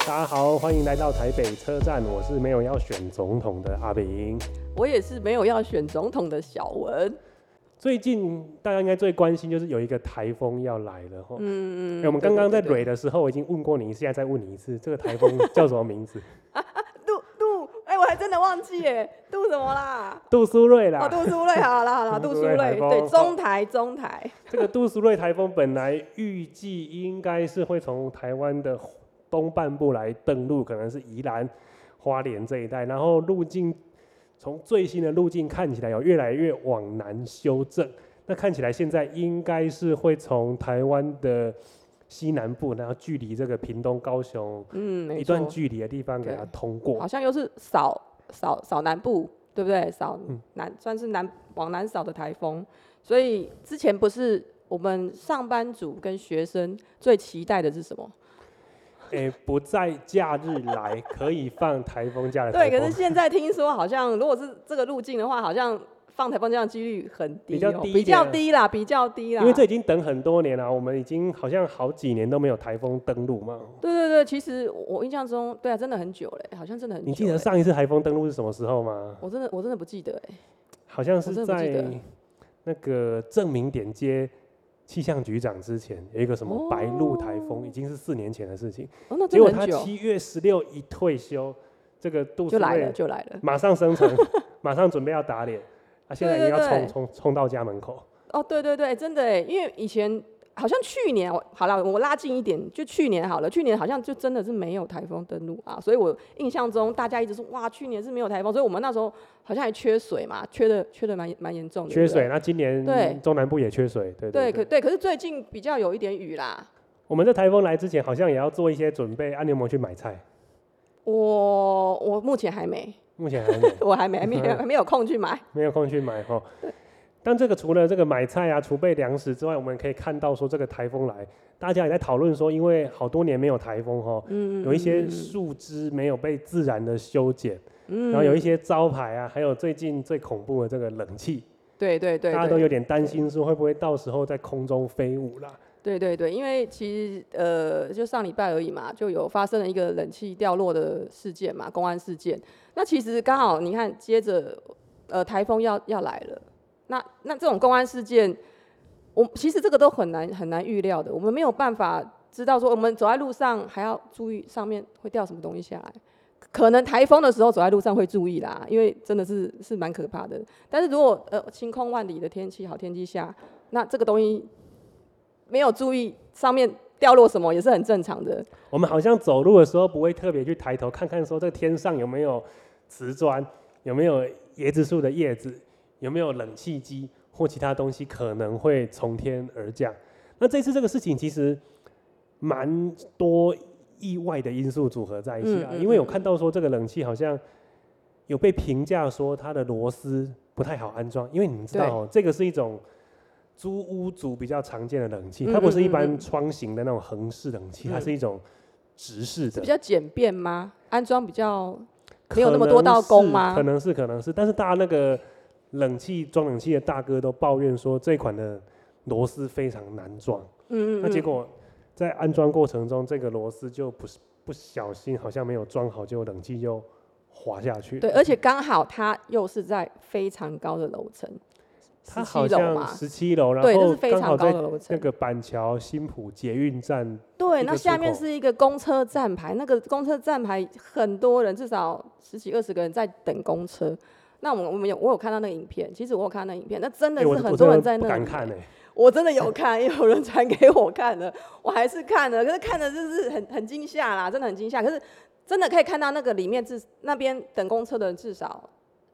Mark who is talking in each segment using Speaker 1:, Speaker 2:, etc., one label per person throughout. Speaker 1: 家好，欢迎来到台北车站，我是没有要选总统的阿炳。
Speaker 2: 我也是没有要选总统的小文。
Speaker 1: 最近大家应该最关心就是有一个台风要来了哈。
Speaker 2: 嗯
Speaker 1: 哎我们刚刚在
Speaker 2: 对对
Speaker 1: 蕊的时候，我已经问过你，现在再问你一次，这个台风叫什么名字？
Speaker 2: 杜杜，哎、我还真的忘记耶，杜什 么啦？
Speaker 1: 杜苏芮啦。
Speaker 2: 哦，杜苏芮，好啦好啦，
Speaker 1: 啊 杜
Speaker 2: 杜
Speaker 1: 苏
Speaker 2: 苏
Speaker 1: 芮
Speaker 2: 芮，
Speaker 1: 海风
Speaker 2: 对，中台中台，
Speaker 1: 这个杜苏芮台风本来预计应该是会从台湾的东半部来登陆，可能是宜兰、花莲这一带，然后路径从最新的路径看起来有越来越往南修正，那看起来现在应该是会从台湾的西南部，然后距离这个屏东、高雄
Speaker 2: 嗯，没
Speaker 1: 一
Speaker 2: 错
Speaker 1: 段，距离的地方给它
Speaker 2: 对
Speaker 1: 通过
Speaker 2: 好。像又是扫扫扫南部，对不对？扫
Speaker 1: 嗯
Speaker 2: 南、算是南往南扫的台风，所以之前不是我们上班族跟学生最期待的是什么？
Speaker 1: 诶、不在假日来，可以放台风假的台
Speaker 2: 对，
Speaker 1: 风。
Speaker 2: 可是现在听说好像，如果是这个路径的话，好像放台风这样几率很低、哦，
Speaker 1: 比较低一
Speaker 2: 比较
Speaker 1: 点
Speaker 2: 低啦，比较低啦。
Speaker 1: 因为这已经等很多年了，我们已经好像好几年都没有台风登陆嘛。
Speaker 2: 对对对，其实我我印象中，对啊，真的很久嘞，好像真的很久。
Speaker 1: 你记得？上一次台风登陆是什么时候吗？
Speaker 2: 我真的我真的不记得哎。
Speaker 1: 好像
Speaker 2: 我
Speaker 1: 是
Speaker 2: 真的不记
Speaker 1: 在
Speaker 2: 得
Speaker 1: 那个证明点接气象局长之前，有一个什么白鹿台风，
Speaker 2: 哦
Speaker 1: 已经是四年前的事情。
Speaker 2: 哦，那
Speaker 1: 结
Speaker 2: 真
Speaker 1: 果
Speaker 2: 的
Speaker 1: 他
Speaker 2: 很久，
Speaker 1: 七月十六一退休，这个杜苏
Speaker 2: 就来了
Speaker 1: 芮
Speaker 2: 就来了。
Speaker 1: 马上生成， 马上准备要打脸，他现在
Speaker 2: 对
Speaker 1: 也要
Speaker 2: 对
Speaker 1: 冲
Speaker 2: 对
Speaker 1: 冲冲到家门口。
Speaker 2: 哦，对对对，真的哎，因为以前好像去年我好了，我拉近一点，就去年好了，去年好像就真的是没有台风登陆啊，所以我印象中大家一直说哇，去年是没有台风，所以我们那时候好像还缺水嘛，缺的缺的蛮蛮严重的，对
Speaker 1: 缺
Speaker 2: 不对
Speaker 1: 水，。那今
Speaker 2: 对
Speaker 1: 年中南部也缺水，对
Speaker 2: 对，
Speaker 1: 对
Speaker 2: 可对，可是最近比较有一点雨啦。
Speaker 1: 我们在台风来之前，好像也要做一些准备。啊，你有没有去买菜？
Speaker 2: 我我目前还没，
Speaker 1: 目前还没
Speaker 2: 我还没 还没还没有空去买。
Speaker 1: 没有空去买哈。但这个除了这个买菜啊、储备粮食之外，我们可以看到说这个台风来，大家也在讨论说，因为好多年没有台风哈，
Speaker 2: 嗯，
Speaker 1: 有一些树枝没有被自然的修剪，
Speaker 2: 嗯，
Speaker 1: 然后有一些招牌啊，还有最近最恐怖的这个冷气，
Speaker 2: 对对对，
Speaker 1: 大家
Speaker 2: 对
Speaker 1: 都有点担心说会不会到时候在空中飞舞啦。
Speaker 2: 对对对，因为其实呃，就上礼拜而已嘛，就有发生了一个冷气掉落的事件嘛，公安事件。那其实刚好你看，接着呃台风要要来了，那那这种公安事件，我其实这个都很难很难预料的，我们没有办法知道说我们走在路上还要注意上面会掉什么东西下来。可能台风的时候走在路上会注意啦，因为真的是是蛮可怕的。但是如果呃晴空万里的天气、好天气下，那这个东西没有注意上面掉落什么也是很正常的。
Speaker 1: 我们好像走路的时候不会特别去抬头看看说这个天上有没有瓷砖，有没有椰子树的叶子，有没有冷气机或其他东西可能会从天而降。那这次这个事情其实蛮多意外的因素组合在一起啊，
Speaker 2: 嗯嗯
Speaker 1: 因为我
Speaker 2: 嗯
Speaker 1: 看到说这个冷气好像有被评价说它的螺丝不太好安装，因为你们知道哦，这个是一种。租屋族比较常见的冷气，
Speaker 2: 嗯
Speaker 1: 它不是一
Speaker 2: 嗯嗯
Speaker 1: 般
Speaker 2: 嗯
Speaker 1: 窗型的那种横式冷气，它
Speaker 2: 嗯
Speaker 1: 是一种直视的
Speaker 2: 比，较简便吗？安装比较
Speaker 1: 可
Speaker 2: 没有那么
Speaker 1: 能
Speaker 2: 多道工吗
Speaker 1: 是可能是，可能是，但是大家那个冷气装冷气的大哥都抱怨说，这款的螺丝非常难装。
Speaker 2: 嗯嗯，
Speaker 1: 那结
Speaker 2: 嗯
Speaker 1: 果在安装过程中，这个螺丝就不是不小心，好像没有装好，就冷气就滑下去。
Speaker 2: 对，而且刚好它又是在非常高的楼层，
Speaker 1: 它
Speaker 2: 17
Speaker 1: 好
Speaker 2: 楼
Speaker 1: 像
Speaker 2: 嘛，
Speaker 1: 十七楼，然
Speaker 2: 对，这
Speaker 1: 后
Speaker 2: 是非
Speaker 1: 刚
Speaker 2: 常
Speaker 1: 好
Speaker 2: 高
Speaker 1: 在
Speaker 2: 的楼
Speaker 1: 那
Speaker 2: 层。
Speaker 1: 个板桥新浦捷运站，一
Speaker 2: 对，那
Speaker 1: 个
Speaker 2: 下
Speaker 1: 出
Speaker 2: 面
Speaker 1: 口
Speaker 2: 是一个公车站牌，那个公车站牌很多人，至少十几二十个人在等公车。那我们我们有我有看到那个影片，其实我有看到那个影片，那真的
Speaker 1: 哎
Speaker 2: 是
Speaker 1: 我
Speaker 2: 很
Speaker 1: 我
Speaker 2: 多人
Speaker 1: 真的
Speaker 2: 在那
Speaker 1: 不
Speaker 2: 里
Speaker 1: 敢
Speaker 2: 耶、
Speaker 1: 看哎。
Speaker 2: 我真的有看，有人传给我看的， 我还是看了，可是看的就是很很惊吓啦，真的很惊吓。可是真的可以看到那个里面至那边等公车的人至少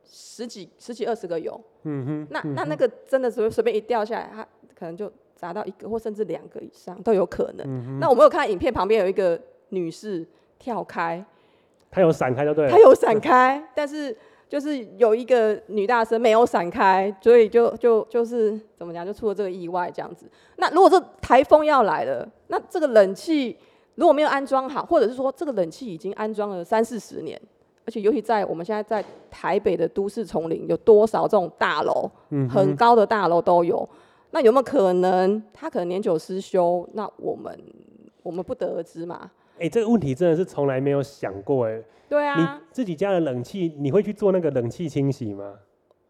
Speaker 2: 十几十几二十个有，
Speaker 1: 嗯哼，
Speaker 2: 那那那个真的随随便一掉下来，它可能就砸到一个或甚至两个以上都有可
Speaker 1: 嗯
Speaker 2: 能。那我没有看影片旁边有一个女士跳开，
Speaker 1: 它有闪开就对了
Speaker 2: 她。有闪开， 但是就是有一个女大生没有闪开，所以就就就是怎么讲，就出了这个意外这样子。那如果这台风要来了，那这个冷气如果没有安装好，或者是说这个冷气已经安装了三四十年，而且尤其在我们现在在台北的都市丛林，有多少这种大楼，
Speaker 1: 嗯哼
Speaker 2: 很高的大楼都有。那有没有可能，它可能年久失修？那我们我们不得而知嘛。
Speaker 1: 哎、哎、这个问题真的是从来没有想过哎、
Speaker 2: 对
Speaker 1: 你
Speaker 2: 啊，
Speaker 1: 自己家的冷气，你会去做那个冷气清洗吗？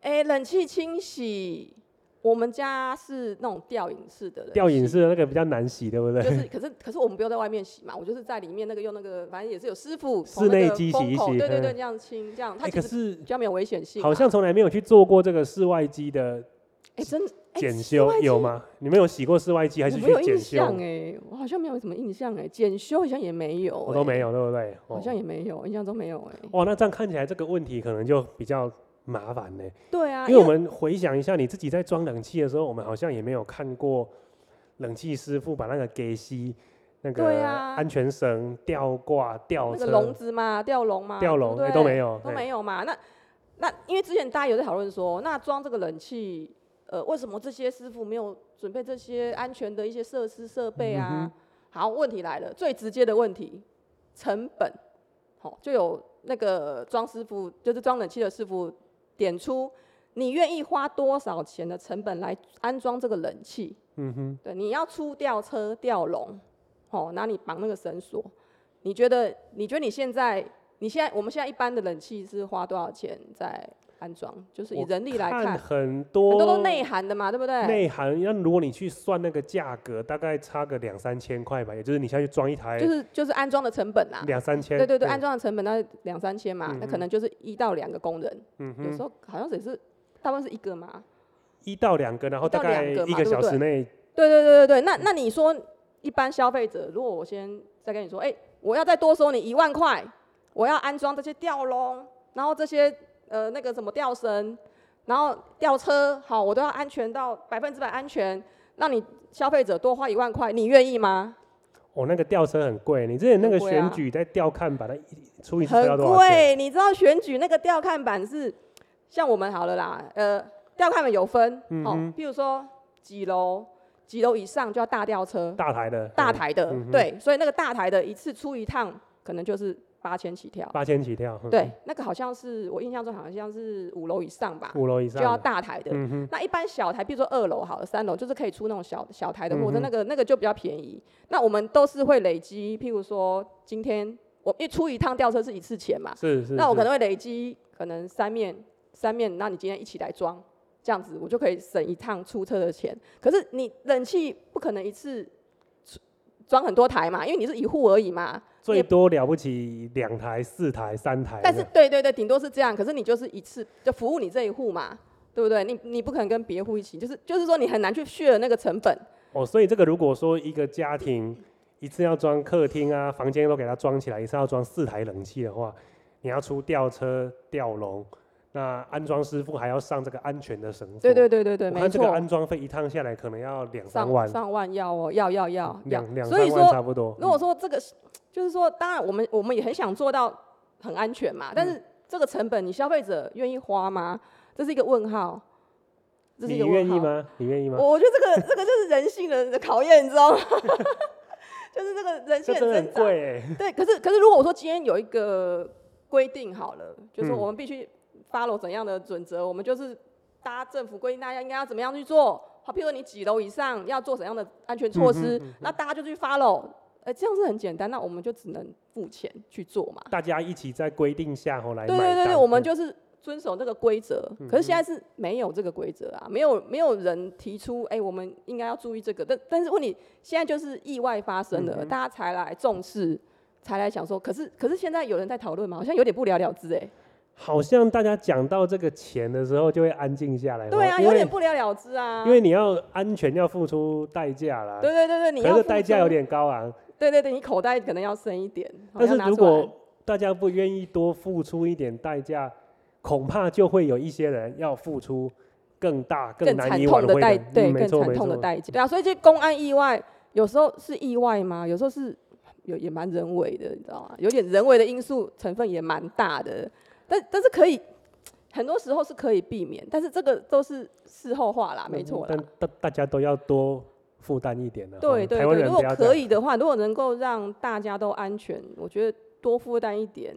Speaker 2: 哎、冷气清洗，我们家是那种吊饮式的冷气，
Speaker 1: 吊隐式的那个比较难洗，对不 对？
Speaker 2: 就是，可是可是我们不用在外面洗嘛，我就是在里面那个用那个，反正也是有师傅
Speaker 1: 室内机
Speaker 2: 机
Speaker 1: 洗一洗
Speaker 2: 对对
Speaker 1: 嗯
Speaker 2: 对，这样清，这样它
Speaker 1: 哎
Speaker 2: 其
Speaker 1: 可
Speaker 2: 实
Speaker 1: 是
Speaker 2: 比较没有危险性啊。
Speaker 1: 好像从来没有去做过这个室外机的
Speaker 2: 哎，真的哎
Speaker 1: 检
Speaker 2: 室
Speaker 1: 修，
Speaker 2: 外机
Speaker 1: 有吗？你们有洗过室外机还是
Speaker 2: 我
Speaker 1: 去
Speaker 2: 没有
Speaker 1: 检
Speaker 2: 印
Speaker 1: 修？
Speaker 2: 象哎，我好像没有什么印象哎，检修好像也没有，哎
Speaker 1: 我都没，有，哦对不对？
Speaker 2: 好像也没有，印象中没有哎。
Speaker 1: 哇，哦那这样看起来这个问题可能就比较麻烦呢、
Speaker 2: 对啊，
Speaker 1: 因为我们回想一下，你自己在装冷气的时候，我们好像也没有看过冷气师傅把那个给吸那
Speaker 2: 对
Speaker 1: 个
Speaker 2: 啊
Speaker 1: 安全绳吊挂吊
Speaker 2: 那
Speaker 1: 车
Speaker 2: 个笼子嘛，吊笼嘛，
Speaker 1: 吊笼、
Speaker 2: 对
Speaker 1: 哎
Speaker 2: 不
Speaker 1: 都
Speaker 2: 对
Speaker 1: 没有，
Speaker 2: 都
Speaker 1: 哎
Speaker 2: 没有嘛。那那因为之前大家有在讨论说，那装这个冷气，呃，为什么这些师傅没有准备这些安全的一些设施设备啊？好，问题来了，最直接的问题，成本。好、就有那个装师傅，就是装冷气的师傅点出，你愿意花多少钱的成本来安装这个冷气？
Speaker 1: 嗯哼，
Speaker 2: 对，你要出吊车、吊笼，哦，然后你绑那个绳索。你觉得？你觉得你现在，你现在，我们现在一般的冷气是花多少钱在安装？就是以
Speaker 1: 我
Speaker 2: 人力来看，
Speaker 1: 看很
Speaker 2: 很
Speaker 1: 多
Speaker 2: 多都内涵的嘛，对不对？
Speaker 1: 内涵。那如果你去算那个价格，大概差个两三千块吧，也就是你下去装一台
Speaker 2: 就是就是安装的成本啦。
Speaker 1: 两三千，
Speaker 2: 对对对，安装的成本大概两三千嘛，
Speaker 1: 嗯
Speaker 2: 那
Speaker 1: 哼
Speaker 2: 可能就是一到两个工人，
Speaker 1: 嗯
Speaker 2: 有时
Speaker 1: 哼，
Speaker 2: 候好像只是大部分是一个嘛。
Speaker 1: 一到两个，然后
Speaker 2: 一到
Speaker 1: 大概
Speaker 2: 两个嘛
Speaker 1: 一个
Speaker 2: 对不
Speaker 1: 小时
Speaker 2: 对
Speaker 1: 内，
Speaker 2: 对对对对对，那那你说一般消费者，如果我先再跟你说，哎、我要再多收你一万块，我要安装这些吊笼，然后这些呃那个什么吊绳，然后吊车，好，我都要安全到百分之百安全，让你消费者多花一万块，你愿意吗？
Speaker 1: 哦，那个吊车很贵。你之前那个
Speaker 2: 很贵啊
Speaker 1: 选举在吊看板，把它一除以车要
Speaker 2: 很
Speaker 1: 多少钱？
Speaker 2: 贵，你知道选举那个吊看板是像我们好了啦，呃，吊看板有分，
Speaker 1: 嗯
Speaker 2: 哦
Speaker 1: 哼，
Speaker 2: 譬如说几楼几楼以上就要大吊车，
Speaker 1: 大台的，
Speaker 2: 大台的，
Speaker 1: 嗯哼
Speaker 2: 对，所以那个大台的一次出一趟可能就是八千起跳，
Speaker 1: 八千起跳，嗯
Speaker 2: 对，，那个好像是我印象中好像是五楼以上吧，
Speaker 1: 五楼以
Speaker 2: 就
Speaker 1: 上
Speaker 2: 要
Speaker 1: 的
Speaker 2: 大台的。
Speaker 1: 嗯哼，
Speaker 2: 那一般小台，比如说二楼好了，三楼就是可以出那种小小台的货
Speaker 1: 嗯
Speaker 2: 车，
Speaker 1: 哼
Speaker 2: 那个那个就比较便宜。那我们都是会累积，譬如说今天我因为出一趟吊车是一次钱嘛，
Speaker 1: 是是。
Speaker 2: 那我
Speaker 1: 是
Speaker 2: 可能会累积可能三面三面，那你今天一起来装，这样子我就可以省一趟出车的钱。可是你冷气不可能一次出装很多台嘛，因为你是一户而已嘛。
Speaker 1: 最
Speaker 2: 也
Speaker 1: 多了不起两台、四台、三台的，
Speaker 2: 但是对对对，顶多是这样。可是你就是一次就服务你这一户嘛，对不对？你你不可能跟别户一起，就是就是说你很难去 share 那个成本。
Speaker 1: 哦，所以这个如果说一个家庭一次要装客厅啊、房间都给它装起来，一次要装四台冷气的话，你要出吊车、吊笼，那安装师傅还要上这个安全的绳索。
Speaker 2: 对对对对对，
Speaker 1: 我
Speaker 2: 没
Speaker 1: 看这个
Speaker 2: 错。
Speaker 1: 安装费一趟下来可能要两三
Speaker 2: 上
Speaker 1: 万，
Speaker 2: 上万要哦，要要要要
Speaker 1: 两，两
Speaker 2: 所以
Speaker 1: 三
Speaker 2: 说
Speaker 1: 万差不多。
Speaker 2: 如果说这个是，就是说，当然我们我们也很想做到很安全嘛，
Speaker 1: 嗯
Speaker 2: 但是这个成本你消费者愿意花吗？这是一个问号，这是
Speaker 1: 你
Speaker 2: 一个问
Speaker 1: 愿
Speaker 2: 号。
Speaker 1: 意吗？你愿意吗？
Speaker 2: 我我觉得这个这个就是人性的考验，你知道吗？ 就是这个人
Speaker 1: 这
Speaker 2: 性的
Speaker 1: 真的很
Speaker 2: 挣扎。
Speaker 1: 贵、欸，
Speaker 2: 对，可是可是如果我说今天有一个规定好了，就是说
Speaker 1: 嗯
Speaker 2: 我们必须 follow 怎样的准则，我们就是大家政府规定大家应该要怎么样去做，好，譬如说你几楼以上要做怎样的安全措施，那大家就去 follow，呃，这样是很简单，那我们就只能付钱去做嘛。
Speaker 1: 大家一起在规定下后来
Speaker 2: 对
Speaker 1: 买
Speaker 2: 对对对，
Speaker 1: 单
Speaker 2: 我们
Speaker 1: 嗯
Speaker 2: 就是遵守这个规则。可是现在是没有这个规则啊，没有没有人提出，哎、我们应该要注意这个。但但是问题现在就是意外发生了，
Speaker 1: 嗯哼
Speaker 2: 大家才来重视，才来想说，可是可是现在有人在讨论嘛，好像有点不了了之哎、
Speaker 1: 好像大家讲到这个钱的时候就会安静下来哦，
Speaker 2: 对啊，
Speaker 1: 因
Speaker 2: 有
Speaker 1: 为
Speaker 2: 点不了了之啊。
Speaker 1: 因为你要安全要付出代价啦，
Speaker 2: 对对对对，你
Speaker 1: 可
Speaker 2: 要
Speaker 1: 是
Speaker 2: 付
Speaker 1: 代价有
Speaker 2: 出，
Speaker 1: 点高昂。
Speaker 2: 对对对，你口袋可能要深一点。好
Speaker 1: 但
Speaker 2: 要
Speaker 1: 是
Speaker 2: 拿
Speaker 1: 如
Speaker 2: 出来
Speaker 1: 果大家不愿意多付出一点代价，恐怕就会有一些人要付出更大、
Speaker 2: 更
Speaker 1: 难
Speaker 2: 惨
Speaker 1: 以
Speaker 2: 痛
Speaker 1: 挽
Speaker 2: 的
Speaker 1: 回
Speaker 2: 代，
Speaker 1: 嗯
Speaker 2: 对，
Speaker 1: 没
Speaker 2: 更
Speaker 1: 错
Speaker 2: 惨
Speaker 1: 没
Speaker 2: 痛的
Speaker 1: 错。
Speaker 2: 代价。对啊，所以这公安意外有时候是意外吗？有时候是有也蛮人为的，你知道吗？有点人为的因素成分也蛮大的，但但是可以，很多时候是可以避免，但是这个都是事后话啦，没错啦
Speaker 1: 但。大大家都要多负担一点的。
Speaker 2: 对
Speaker 1: 哦嗯
Speaker 2: 对
Speaker 1: 台湾
Speaker 2: 对，
Speaker 1: 人
Speaker 2: 如果
Speaker 1: 不要这
Speaker 2: 可
Speaker 1: 样。
Speaker 2: 以的话，如果能够让大家都安全，我觉得多负担一点。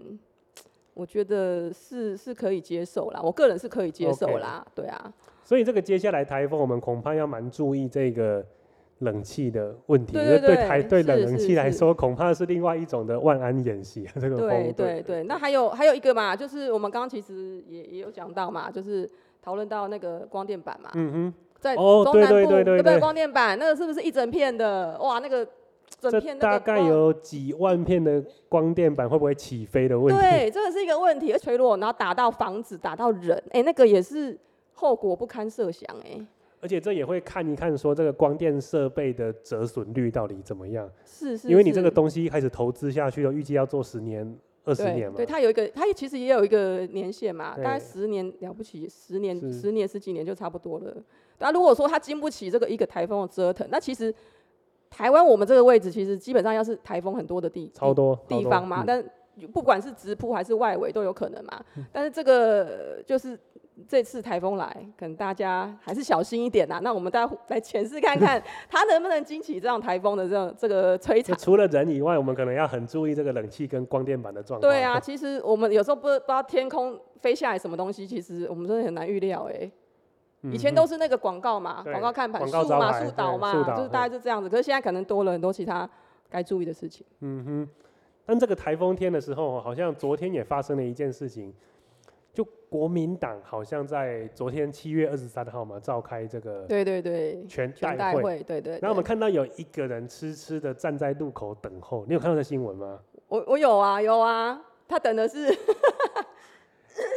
Speaker 2: 我觉得是是可以接受啦，我个人是可以接受
Speaker 1: OK
Speaker 2: 啦对啊，
Speaker 1: 所以这个接下来台风，我们恐怕要蛮注意这个冷气的问题，
Speaker 2: 对
Speaker 1: 因为
Speaker 2: 对对
Speaker 1: 台对冷
Speaker 2: 是
Speaker 1: 冷
Speaker 2: 是
Speaker 1: 气来
Speaker 2: 是
Speaker 1: 说，恐怕是另外一种的万安演习啊，这个
Speaker 2: 对
Speaker 1: 风
Speaker 2: 对对，那还有还有一个嘛，就是我们刚刚其实也也有讲到嘛，就是讨论到那个光电板嘛，
Speaker 1: 嗯哼，
Speaker 2: 在
Speaker 1: 哦
Speaker 2: 中
Speaker 1: 对
Speaker 2: 南部、
Speaker 1: 对对对
Speaker 2: 不
Speaker 1: 对
Speaker 2: 对？光电板那个是不是一整片的？哇，那个整
Speaker 1: 这
Speaker 2: 片那
Speaker 1: 大
Speaker 2: 个
Speaker 1: 概
Speaker 2: 光
Speaker 1: 有几万片的光电板会不会起飞的问题？
Speaker 2: 对，这个是一个问题，而脆弱，然后打到房子，打到人，哎、那个也是后果不堪设想、哎，
Speaker 1: 而且这也会看一看说这个光电设备的折损率到底怎么样，
Speaker 2: 是是，
Speaker 1: 因为你这个
Speaker 2: 是
Speaker 1: 东西一开始投资下去了，预计要做十年、二十
Speaker 2: 对
Speaker 1: 年嘛
Speaker 2: 对，，它有一个，它其实也有一个年限嘛，大概
Speaker 1: 对
Speaker 2: 十年了不起，十年
Speaker 1: 是
Speaker 2: 十年十几年就差不多了。那如果说它经不起这个一个台风的折腾，那其实台湾我们这个位置其实基本上要是台风很多的地
Speaker 1: 超多嗯
Speaker 2: 地方嘛，，但不管是直扑还是外围都有可能嘛。但是这个呃就是这次台风来，可能大家还是小心一点啦。那我们大家来 检视看看，它能不能经起这样台超的这种这个摧
Speaker 1: 就
Speaker 2: 残。
Speaker 1: 除了人以外，我们可能要很注意这个冷气跟光电板的状况。
Speaker 2: 对啊，，其实我们有时候不不知道天空飞下来什么东西，其实我们真的很难预料哎、
Speaker 1: 嗯
Speaker 2: 以前都是那个广告嘛，
Speaker 1: 对
Speaker 2: 广告看板
Speaker 1: 广
Speaker 2: 树
Speaker 1: 告招
Speaker 2: 嘛、
Speaker 1: 牌
Speaker 2: 树倒
Speaker 1: 对
Speaker 2: 嘛，
Speaker 1: 树倒
Speaker 2: 就是大概就这样子。可是现在可能多了很多其他该注意的事情。
Speaker 1: 但这个台风天的时候，好像昨天也发生了一件事情，就国民党好像在昨天七月二十三号嘛召开这个
Speaker 2: 对对对，
Speaker 1: 全代
Speaker 2: 全代
Speaker 1: 会，
Speaker 2: 会，对对。
Speaker 1: 然后
Speaker 2: 对
Speaker 1: 我们看到有一个人痴痴的站在路口等候，你有看到这新闻吗？
Speaker 2: 我我有啊有啊， 他等的是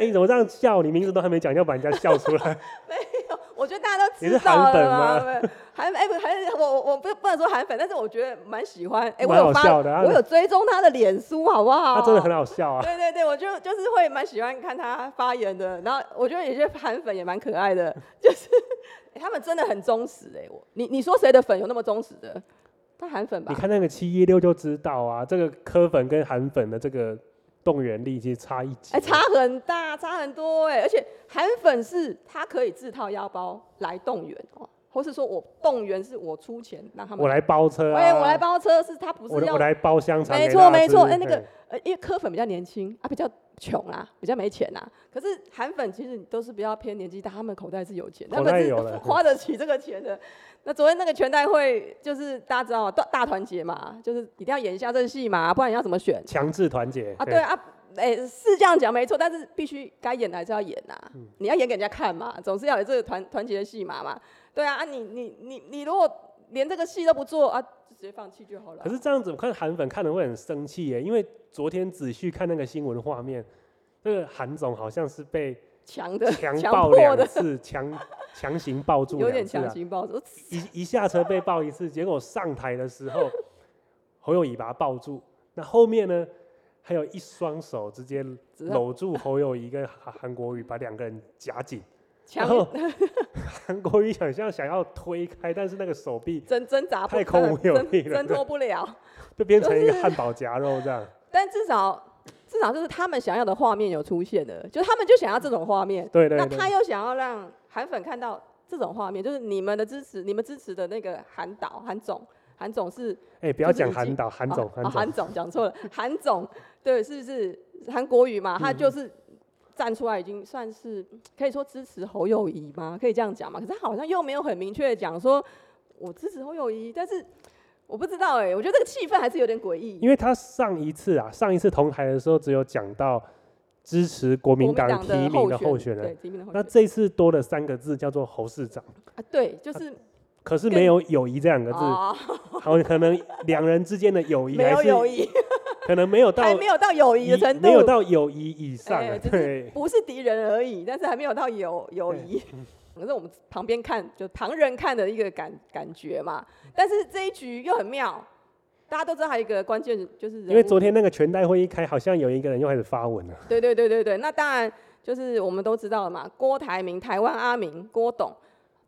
Speaker 1: 哎、你怎么这样笑？你名字都还没讲，要把人家笑出
Speaker 2: 哦
Speaker 1: 来。
Speaker 2: 我觉得大家都
Speaker 1: 你是
Speaker 2: 知道
Speaker 1: 韩粉
Speaker 2: 了
Speaker 1: 吗
Speaker 2: 嘛，对韩哎不韩我我我不不能说韩粉，但是我觉得蛮喜欢，哎、我
Speaker 1: 蛮好
Speaker 2: 有发
Speaker 1: 笑的啊
Speaker 2: 我有追踪他的脸书，好不好？
Speaker 1: 他真的很好笑 啊！
Speaker 2: 对对对，我就就是会蛮喜欢看他发言的，然后我觉得有些韩粉也蛮可爱的， 就是哎他们真的很忠实哎、我你你说谁的粉有那么忠实的？他韩粉吧
Speaker 1: 你？看那个七一六就知道啊，这个科粉跟韩粉的这个动员力其实差一级。
Speaker 2: 哎、差很大，差很多哎、而且韩粉是他可以自掏腰包来动员哦，或是说我动员是我出钱让他们
Speaker 1: 我来包车啊！
Speaker 2: 喂，哎我来包车是他不
Speaker 1: 我
Speaker 2: 是
Speaker 1: 来
Speaker 2: 要
Speaker 1: 我来包香肠
Speaker 2: 没
Speaker 1: 给
Speaker 2: 错
Speaker 1: 大家吃。
Speaker 2: 没错哎那个
Speaker 1: 对
Speaker 2: 呃，因为科粉比较年轻啊，比较穷啦，比较没钱啦。可是韩粉其实都是比较偏年纪大，他们口袋是有钱，
Speaker 1: 口
Speaker 2: 他
Speaker 1: 袋
Speaker 2: 们是
Speaker 1: 有 了
Speaker 2: 花得起这个钱的。那昨天那个全代会就是大家知道大大团结嘛，就是一定要演一下这戏嘛，不然你要怎么选
Speaker 1: 强制团结
Speaker 2: 啊？对啊，哎、是这样讲没错，但是必须该演的还是要演呐、啊
Speaker 1: 嗯
Speaker 2: 你要演给人家看嘛，总是要有这个团团结的戏码嘛。对啊，啊你你你你如果连这个戏都不做啊，就直接放弃就好了啊。
Speaker 1: 可是这样子，我看韩粉看了会很生气耶，因为昨天仔细看那个新闻画面，那个韩总好像是被
Speaker 2: 强的
Speaker 1: 强
Speaker 2: 强
Speaker 1: 暴
Speaker 2: 迫
Speaker 1: 两
Speaker 2: 的，
Speaker 1: 次，强强行抱住
Speaker 2: 有点
Speaker 1: 两次、
Speaker 2: 强
Speaker 1: 啊，
Speaker 2: 行抱着。
Speaker 1: 一一下车被抱一次，结果上台的时候，侯友谊把他抱住，那后面呢，还有一双手直接
Speaker 2: 只要
Speaker 1: 搂住侯友谊跟韩韩国瑜，把两个人夹紧，然
Speaker 2: 强
Speaker 1: 后韩国瑜想像想要推开，但是那个手臂
Speaker 2: 挣挣扎不
Speaker 1: 太空无有
Speaker 2: 挣
Speaker 1: 力了
Speaker 2: 挣脱不了。
Speaker 1: 就变成一个
Speaker 2: 就是
Speaker 1: 汉堡夹肉这样。
Speaker 2: 但至少至少就是他们想要的画面有出现的，就他们就想要这种画面。
Speaker 1: 对对
Speaker 2: 那
Speaker 1: 对。
Speaker 2: 他又想要让韩粉看到这种画面，就是你们的支持，你们支持的那个韩导韩总，韩总是
Speaker 1: 哎、不要
Speaker 2: 就是
Speaker 1: 讲
Speaker 2: 已
Speaker 1: 韩
Speaker 2: 经
Speaker 1: 导，韩总，
Speaker 2: 啊
Speaker 1: 韩
Speaker 2: 啊
Speaker 1: 总，
Speaker 2: 韩总讲错了， 韩总对，是不是韩国语
Speaker 1: 嗯
Speaker 2: 嘛？他就是站出来，已经算是可以说支持侯友谊嘛，可以这样讲嘛？可是他好像又没有很明确的讲说我支持侯友谊，但是我不知道哎、我觉得这个气氛还是有点诡异。
Speaker 1: 因为他上一次啊，上一次同台的时候只有讲到支持国
Speaker 2: 国
Speaker 1: 民党
Speaker 2: 党
Speaker 1: 提名的候选人
Speaker 2: 对，提名的候选
Speaker 1: 那
Speaker 2: 人，
Speaker 1: 这次多了三个字叫做侯市长，
Speaker 2: 啊对，就是
Speaker 1: 可是
Speaker 2: 更
Speaker 1: 没有友谊这两个字，
Speaker 2: 啊，
Speaker 1: 好、可能两人之间的友谊
Speaker 2: 没
Speaker 1: 还
Speaker 2: 有
Speaker 1: 是
Speaker 2: 友谊，
Speaker 1: 可能没有到
Speaker 2: 还没有到友谊的
Speaker 1: 以
Speaker 2: 程度，
Speaker 1: 没有到友谊以上啊，
Speaker 2: 哎就是
Speaker 1: 对。
Speaker 2: 不是敌人而已，但是还没有到友友谊。 可是我们旁边看，就旁人看的一个感感觉嘛。但是这一局又很妙，大家都知道还有一个关键就是人物
Speaker 1: 因为昨天那个全代会一开，好像有一个人又开始发文了。
Speaker 2: 对对对对对，那当然就是我们都知道了嘛，郭台铭、台湾阿明、郭董，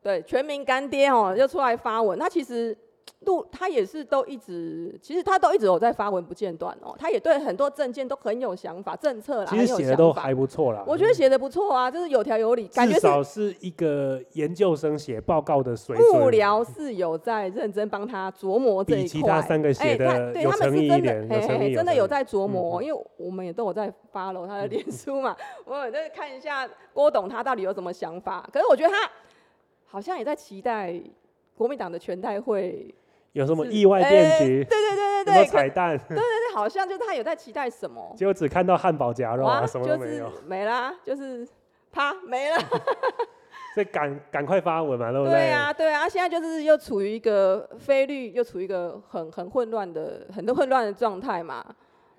Speaker 2: 对，全民干爹哦，又出来发文。他其实路他也是都一直，其实他都一直有在发文不间断哦，他也对很多政见都很有想法，政策啦，
Speaker 1: 其实
Speaker 2: 很有
Speaker 1: 写的
Speaker 2: 想
Speaker 1: 都
Speaker 2: 法
Speaker 1: 还不错啦，
Speaker 2: 我觉得写的不错啊，就是有条有理，感
Speaker 1: 至
Speaker 2: 觉是
Speaker 1: 少是一个研究生写报告的水准，
Speaker 2: 幕僚是有在认真帮他琢磨这一
Speaker 1: 比
Speaker 2: 块，
Speaker 1: 其他三个
Speaker 2: 哎
Speaker 1: 写的
Speaker 2: 他对
Speaker 1: 有
Speaker 2: 他们
Speaker 1: 诚意
Speaker 2: 是
Speaker 1: 一
Speaker 2: 真的
Speaker 1: 点，，有
Speaker 2: 嘿嘿
Speaker 1: 诚意，
Speaker 2: 嘿，真的
Speaker 1: 诚
Speaker 2: 有
Speaker 1: 意嗯
Speaker 2: 在琢磨，因为我们也都有在 follow 他的脸书嘛，我有在看一下郭董他到底有什么想法。可是我觉得他好像也在期待国民党的全代会
Speaker 1: 有什么
Speaker 2: 是
Speaker 1: 意外
Speaker 2: 哎
Speaker 1: 电击？
Speaker 2: 对对对
Speaker 1: 有没有
Speaker 2: 对对，
Speaker 1: 彩蛋？
Speaker 2: 但是好像就是他有在期待 什么，
Speaker 1: 结果只看到汉堡夹肉啊，
Speaker 2: 哇，
Speaker 1: 什么
Speaker 2: 就
Speaker 1: 都没
Speaker 2: 是
Speaker 1: 有。
Speaker 2: 没啦，就是啪没了。
Speaker 1: 所以赶赶快发文嘛，对不
Speaker 2: 对啊，对啊，现在就是又处于一个菲律，又处于一个很很混乱的、很多混乱的状态嘛。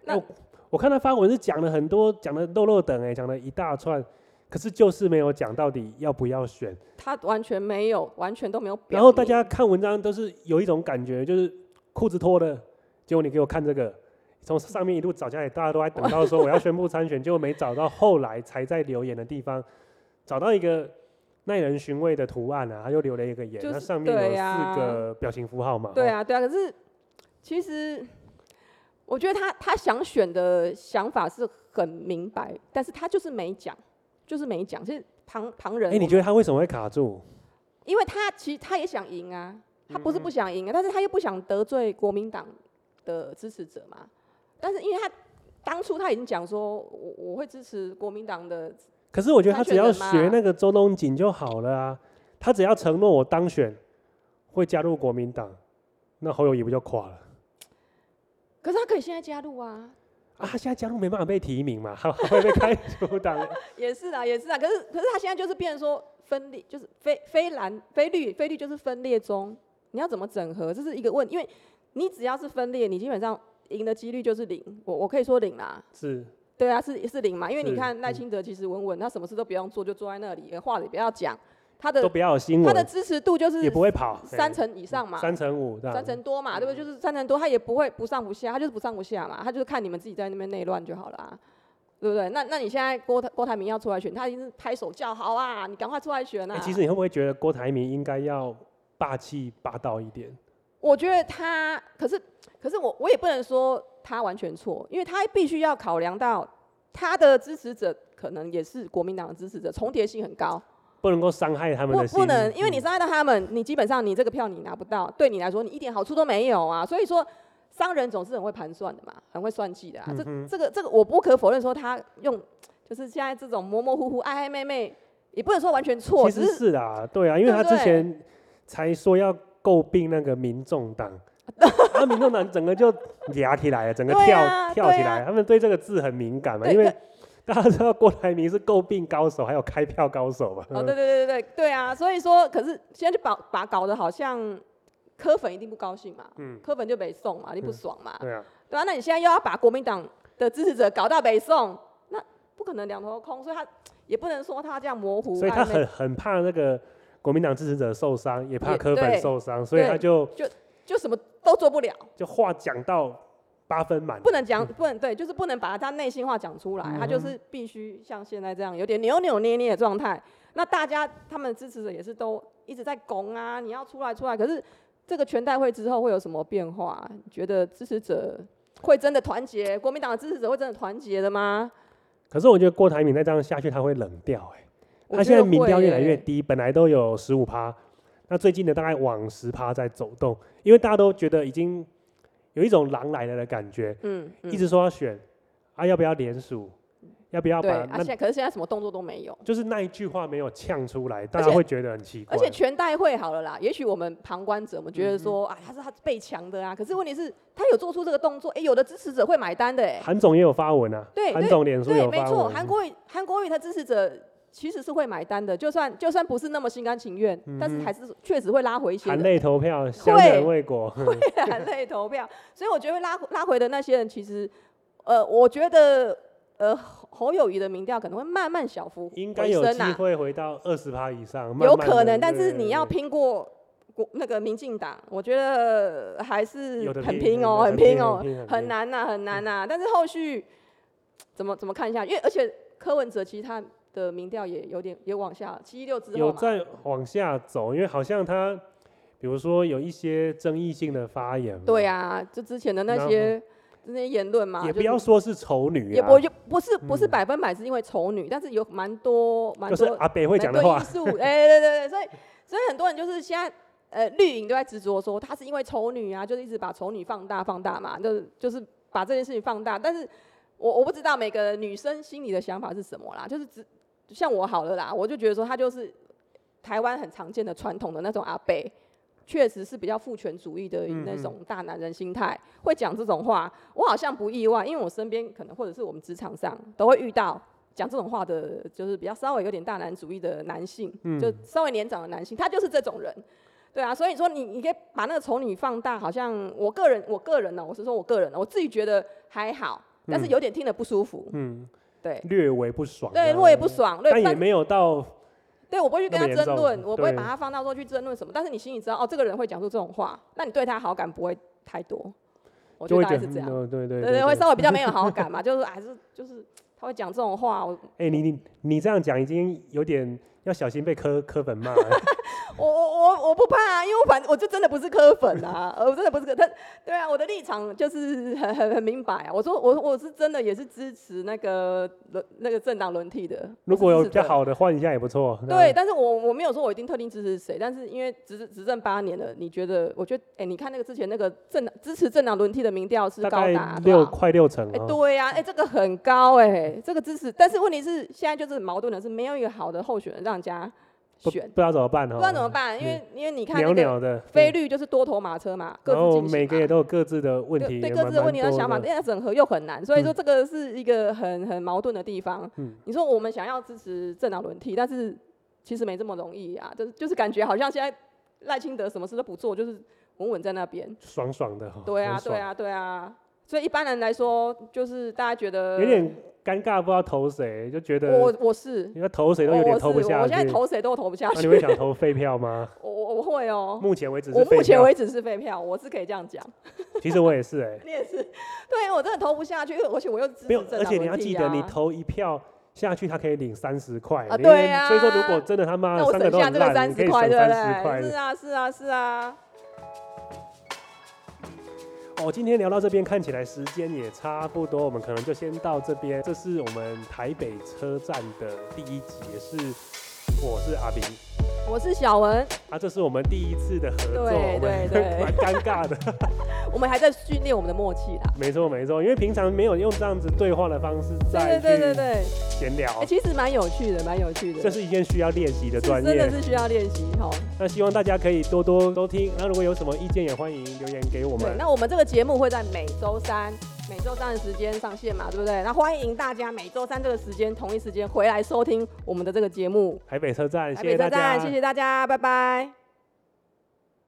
Speaker 2: 那
Speaker 1: 我我看他发文是讲了很多，讲的漏漏等哎、讲了一大串，可是就是没有讲到底要不要选。
Speaker 2: 他完全没有，完全都没有表明。
Speaker 1: 然后大家看文章都是有一种感觉，就是裤子脱了，结果你给我看这个，从上面一路找下来，大家都在等到说我要宣布参选，结果没找到，后来才在留言的地方找到一个耐人寻味的图案啊，他又留了一个言，
Speaker 2: 就是
Speaker 1: 它上面有
Speaker 2: 对啊
Speaker 1: 四个表情符号嘛，
Speaker 2: 对
Speaker 1: 哦，
Speaker 2: 啊，对啊。可是其实我觉得他他想选的想法是很明白，但是他就是没讲，就是没讲。其实旁旁人，
Speaker 1: 哎，你觉得他为什么会卡住？
Speaker 2: 因为他其实他也想赢啊，他不是不想赢啊，但是他又不想得罪国民党的支持者嘛。但是因为他当初他已经讲说，我我会支持国民党的，
Speaker 1: 可是我觉得他只
Speaker 2: 参选
Speaker 1: 要
Speaker 2: 人嘛
Speaker 1: 学那个周东锦就好了啊，他只要承诺我当选会加入国民党，那侯友谊不就垮了？
Speaker 2: 可是他可以现在加入啊，
Speaker 1: 啊，他现在加入没办法被提名嘛，他 还会被开除 党。
Speaker 2: 也是啊，也是啊。可是可是他现在就是变成说分裂，就是非非蓝非绿非绿就是分裂中，你要怎么整合，这是一个问，因为你只要是分裂，你基本上赢的几率就是零，我我可以说零啦。
Speaker 1: 是，
Speaker 2: 对啊，是是零嘛，因为你
Speaker 1: 是
Speaker 2: 看赖
Speaker 1: 嗯
Speaker 2: 清德其实稳稳，他什么事都不用做，就坐在那里，话也不要讲，他
Speaker 1: 都
Speaker 2: 的
Speaker 1: 不要有新
Speaker 2: 他的
Speaker 1: 闻，
Speaker 2: 支持度就是
Speaker 1: 也不会跑哎
Speaker 2: 三成以上嘛，
Speaker 1: 三嗯成五这样，
Speaker 2: 三成多嘛，对不对？就是三成多，他也不会不上不下，他就是不上不下嘛，他就是看你们自己在那边内乱就好了、啊，对不对？那那你现在郭台郭台铭要出来选，他一定是拍手叫好啊，你赶快出来选啊！
Speaker 1: 哎其实你会不会觉得郭台铭应该要霸气霸道一点？
Speaker 2: 我觉得他，可是可是我我也不能说他完全错，因为他必须要考量到他的支持者可能也是国民党的支持者，重叠性很高。
Speaker 1: 不能够伤害他们
Speaker 2: 不
Speaker 1: 的心。
Speaker 2: 不能，因为你
Speaker 1: 嗯
Speaker 2: 伤害到他们，你基本上你这个票你拿不到，对你来说你一点好处都没有啊。所以说，商人总是很会盘算的嘛，很会算计的啊。
Speaker 1: 嗯
Speaker 2: 这这个这个我不可否认说他用就是现在这种模模糊糊、暧暧昧昧，也不能说完全错，
Speaker 1: 其
Speaker 2: 只
Speaker 1: 实
Speaker 2: 是
Speaker 1: 是啊，对啊，因为
Speaker 2: 对
Speaker 1: 他
Speaker 2: 不
Speaker 1: 之
Speaker 2: 对
Speaker 1: 前才说要诟病那个民众 党，啊，民众党整个就压起来了，整个
Speaker 2: 对
Speaker 1: 跳、
Speaker 2: 啊
Speaker 1: 跳起
Speaker 2: 对啊
Speaker 1: 来，他们对这个字很敏感嘛，
Speaker 2: 对
Speaker 1: 因为
Speaker 2: 可
Speaker 1: 大家知道郭台铭是诟病高手，还有开票高手嘛。
Speaker 2: 哦，对对对对对啊。所以说，可是现在就把把搞得好像柯粉一定不高兴嘛，
Speaker 1: 嗯
Speaker 2: 柯粉就北送嘛，你不
Speaker 1: 嗯
Speaker 2: 爽嘛，
Speaker 1: 对啊，
Speaker 2: 对啊，那你现在又要把国民党的支持者搞到北宋，那不可能两头空，所以他也不能说他这样模糊，啊
Speaker 1: 所以他
Speaker 2: 暧昧
Speaker 1: 很很怕那个国民党支持者受伤，也怕
Speaker 2: 也
Speaker 1: 柯粉
Speaker 2: 对
Speaker 1: 受伤，所以他
Speaker 2: 对
Speaker 1: 就
Speaker 2: 就什么都做不了，
Speaker 1: 就话讲到八分满。
Speaker 2: 不能讲，不能对，就是不能把他内心话讲出来，
Speaker 1: 嗯
Speaker 2: 他就是必须像现在这样有点扭扭捏捏的状态。那大家他们的支持者也是都一直在拱啊，你要出来出来，可是这个全代会之后会有什么变化？你觉得支持者会真的团结？国民党的支持者会真的团结的吗？
Speaker 1: 可是我觉得郭台铭再这样下去，他会冷掉哎、
Speaker 2: 我
Speaker 1: 他
Speaker 2: 觉
Speaker 1: 现在
Speaker 2: 得
Speaker 1: 民调
Speaker 2: 会欸
Speaker 1: 越来越
Speaker 2: 耶
Speaker 1: 低，本来都有十五趴，那最近的大概往十趴在走动，因为大家都觉得已经有一种狼来了的感觉，
Speaker 2: 嗯，嗯
Speaker 1: 一直说要选啊，要不要联署，要不要
Speaker 2: 对
Speaker 1: 把、
Speaker 2: 啊，
Speaker 1: 那
Speaker 2: 现在可是现在什么动作都没有。
Speaker 1: 就是那一句话没有呛出来，大
Speaker 2: 而
Speaker 1: 家
Speaker 2: 且
Speaker 1: 会觉得很奇怪。
Speaker 2: 而且全代会好了啦，也许我们旁观者，我们觉
Speaker 1: 嗯
Speaker 2: 得说，啊，他是他被强的啊，可是问题是，他有做出这个动作，哎、有的支持者会买单的、诶
Speaker 1: 韩总也有发文啊，
Speaker 2: 对
Speaker 1: 韩总脸书
Speaker 2: 对，
Speaker 1: 有
Speaker 2: 没
Speaker 1: 发
Speaker 2: 错，
Speaker 1: 文，
Speaker 2: 韩国瑜，韩国瑜他支持者其实是会买单的，就算就算不是那么心甘情愿，
Speaker 1: 嗯
Speaker 2: 但是还是确实会拉回一些
Speaker 1: 含
Speaker 2: 人，
Speaker 1: 泪投票，香人未果，
Speaker 2: 含泪投票，所以我觉得拉拉回的那些人，其实，呃，我觉得，呃，侯侯友谊的民调可能会慢慢小幅
Speaker 1: 应该
Speaker 2: 回
Speaker 1: 有
Speaker 2: 升
Speaker 1: 机
Speaker 2: 啊
Speaker 1: 会回到二十趴以上，哦慢
Speaker 2: 有
Speaker 1: 慢地
Speaker 2: 可能，但是
Speaker 1: 对对
Speaker 2: 你要
Speaker 1: 对
Speaker 2: 拼过国那个民进党，我觉得还是
Speaker 1: 有的
Speaker 2: 很
Speaker 1: 拼
Speaker 2: 拼哦，
Speaker 1: 有的
Speaker 2: 很
Speaker 1: 拼
Speaker 2: 拼哦
Speaker 1: 很拼很，拼嗯
Speaker 2: 很难呐，很难呐。但是后续怎么怎么看一下？因为而且柯文哲其实他的民调也有点也往下，七一六之
Speaker 1: 有
Speaker 2: 后嘛，
Speaker 1: 在往下走，因为好像他，比如说有一些争议性的发言，
Speaker 2: 对、啊，就之前的那些那些言论嘛，
Speaker 1: 也
Speaker 2: 就
Speaker 1: 不
Speaker 2: 是
Speaker 1: 要说是丑女、啊，嗯
Speaker 2: 也不就不是不是百分百是因为丑女，但是有蛮多蛮
Speaker 1: 就是
Speaker 2: 多
Speaker 1: 阿北会讲的
Speaker 2: 蛮多
Speaker 1: 话
Speaker 2: 因，素，哎、对对对，所以所以很多人就是现在呃绿营都在执着说她是因为丑女啊，就是一直把丑女放大放大嘛，就是就是把这件事情放大。但是我我不知道每个女生心里的想法是什么啦，就是只像我好了啦，我就觉得说她就是台湾很常见的传统的那种阿北。确实是比较父权主义的
Speaker 1: 嗯
Speaker 2: 那
Speaker 1: 嗯
Speaker 2: 种大男人心态，会讲这种话，我好像不意外，因为我身边可能或者是我们职场上都会遇到讲这种话的，就是比较稍微有点大男主义的男性，
Speaker 1: 嗯
Speaker 2: 就稍微年长的男性，他就是这种人。对啊，所以说你你可以把那个丑女放大，好像我个人我个人哦呢、我是说我个人呢、我自己觉得还好，但是有点听得不舒服。
Speaker 1: 嗯，
Speaker 2: 对
Speaker 1: 略微不爽，
Speaker 2: 对，我也不，爽，对，
Speaker 1: 但也
Speaker 2: 但
Speaker 1: 没有到
Speaker 2: 对我不会去跟
Speaker 1: 那
Speaker 2: 他
Speaker 1: 么
Speaker 2: 争
Speaker 1: 严重
Speaker 2: 论，我不会
Speaker 1: 对
Speaker 2: 把他放到说去争论什么，但是你心里知道哦，这个人会讲出这种话，那你对他好感不会太多。我觉
Speaker 1: 就
Speaker 2: 得
Speaker 1: 会觉
Speaker 2: 大概
Speaker 1: 得
Speaker 2: 是这样。
Speaker 1: 嗯对对
Speaker 2: 对对，会稍微比较没有好 感嘛，就是还是就是他会讲这种话，我
Speaker 1: 哎、你你你这样讲已经有点要小心被磕磕粉骂 了。
Speaker 2: 我我我我不怕啊，因为我反我就真的不是科粉啊， 呃我真的不是科，但对啊，我的立场就是很很很明白啊，我说我我是真的也是支持那个轮那个政党轮替的，
Speaker 1: 如果有比较
Speaker 2: 好。
Speaker 1: 好的换一下也不错。
Speaker 2: 对，，但是我我没有说我一定特定支持谁，但是因为执执政八年了，你觉得？我觉得，哎、你看那个之前那个政党支持政党轮替的民调是
Speaker 1: 大
Speaker 2: 高
Speaker 1: 概
Speaker 2: 达多
Speaker 1: 六
Speaker 2: 少？
Speaker 1: 快六成
Speaker 2: 哎、
Speaker 1: 啊。
Speaker 2: 对呀、哎、这个很高哎、这个支持，但是问题是现在就是矛盾的是，没有一个好的候选人让人家
Speaker 1: 不
Speaker 2: 选，
Speaker 1: 不知道怎么办哦。
Speaker 2: 不知道怎么办，因为因为你看那
Speaker 1: 袅
Speaker 2: 个
Speaker 1: 袅的
Speaker 2: 菲
Speaker 1: 嗯
Speaker 2: 律就是多头马车嘛，各
Speaker 1: 然
Speaker 2: 自
Speaker 1: 后
Speaker 2: 进行
Speaker 1: 每个
Speaker 2: 嘛
Speaker 1: 也都有各自的问
Speaker 2: 对
Speaker 1: 题，
Speaker 2: 对
Speaker 1: 也
Speaker 2: 各
Speaker 1: 蛮
Speaker 2: 自的问题和
Speaker 1: 蛮多
Speaker 2: 想法，
Speaker 1: 的
Speaker 2: 但要整合又很难，所以说
Speaker 1: 嗯
Speaker 2: 这个是一个很很矛盾的地方。
Speaker 1: 嗯
Speaker 2: 你说我们想要支持政党轮替，但是其实没这么容易啊，就是就是感觉好像现在赖清德什么事都不做，就是稳稳在那边。
Speaker 1: 爽爽的哦。
Speaker 2: 对啊，
Speaker 1: 很
Speaker 2: 对
Speaker 1: 爽，
Speaker 2: 啊，对啊。所以一般人来说，就是大家觉得
Speaker 1: 有点尴尬，不知道投谁，就觉得
Speaker 2: 呃我我是
Speaker 1: 你要投谁都
Speaker 2: 我
Speaker 1: 有点
Speaker 2: 我
Speaker 1: 投不
Speaker 2: 是
Speaker 1: 下去。
Speaker 2: 我现在投谁都投不下
Speaker 1: 那
Speaker 2: 去
Speaker 1: 你。会想投废票吗？
Speaker 2: 我我我会 哦、
Speaker 1: 目前为止是
Speaker 2: 我
Speaker 1: 废
Speaker 2: 目前
Speaker 1: 票
Speaker 2: 为止是废票，我是可以这样讲。
Speaker 1: 其实我也是哎、
Speaker 2: 你也是，对我真的投不下去，因为而且我又支持
Speaker 1: 没有
Speaker 2: 政，党
Speaker 1: 而且你要
Speaker 2: 轮替
Speaker 1: 记得，你
Speaker 2: 啊
Speaker 1: 投一票下去，他可以领三十块。
Speaker 2: 啊
Speaker 1: 你
Speaker 2: 对啊
Speaker 1: 所以说，如果真的他妈
Speaker 2: 那
Speaker 1: 的
Speaker 2: 我
Speaker 1: 三个
Speaker 2: 省
Speaker 1: 都
Speaker 2: 下
Speaker 1: 很
Speaker 2: 这个
Speaker 1: 烂，
Speaker 2: 三
Speaker 1: 你可
Speaker 2: 十
Speaker 1: 以省
Speaker 2: 块，对
Speaker 1: 三十
Speaker 2: 不
Speaker 1: 块
Speaker 2: 对？。是啊，是啊，是啊。
Speaker 1: 哦，今天聊到这边，看起来时间也差不多，我们可能就先到这边。这是我们台北车站的第一集，也是我是阿明
Speaker 2: 我是小文，
Speaker 1: 啊，这是我们第一次的合作，
Speaker 2: 对
Speaker 1: 我
Speaker 2: 对
Speaker 1: 们
Speaker 2: 对
Speaker 1: 蛮尴尬的。
Speaker 2: 我们还在训练我们的默契啦。
Speaker 1: 没错没错，因为平常没有用这样子对话的方式再
Speaker 2: 对对对对对
Speaker 1: 去，闲聊
Speaker 2: 哎、，其实蛮有趣的，蛮有趣的。
Speaker 1: 这是一件需要练习的
Speaker 2: 是
Speaker 1: 专
Speaker 2: 真的
Speaker 1: 业。
Speaker 2: 是需要练习哈。
Speaker 1: 那希望大家可以多多收听，那如果有什么意见也欢迎留言给我
Speaker 2: 对，
Speaker 1: 们。
Speaker 2: 那我们这个节目会在每周三。每周三的时间上线嘛，对不对？那欢迎大家每周三这个时间同一时间回来收听我们的这个节目。
Speaker 1: 台北车站，
Speaker 2: 台
Speaker 1: 谢谢
Speaker 2: 北
Speaker 1: 大
Speaker 2: 车
Speaker 1: 家，
Speaker 2: 站，谢谢大家，拜拜。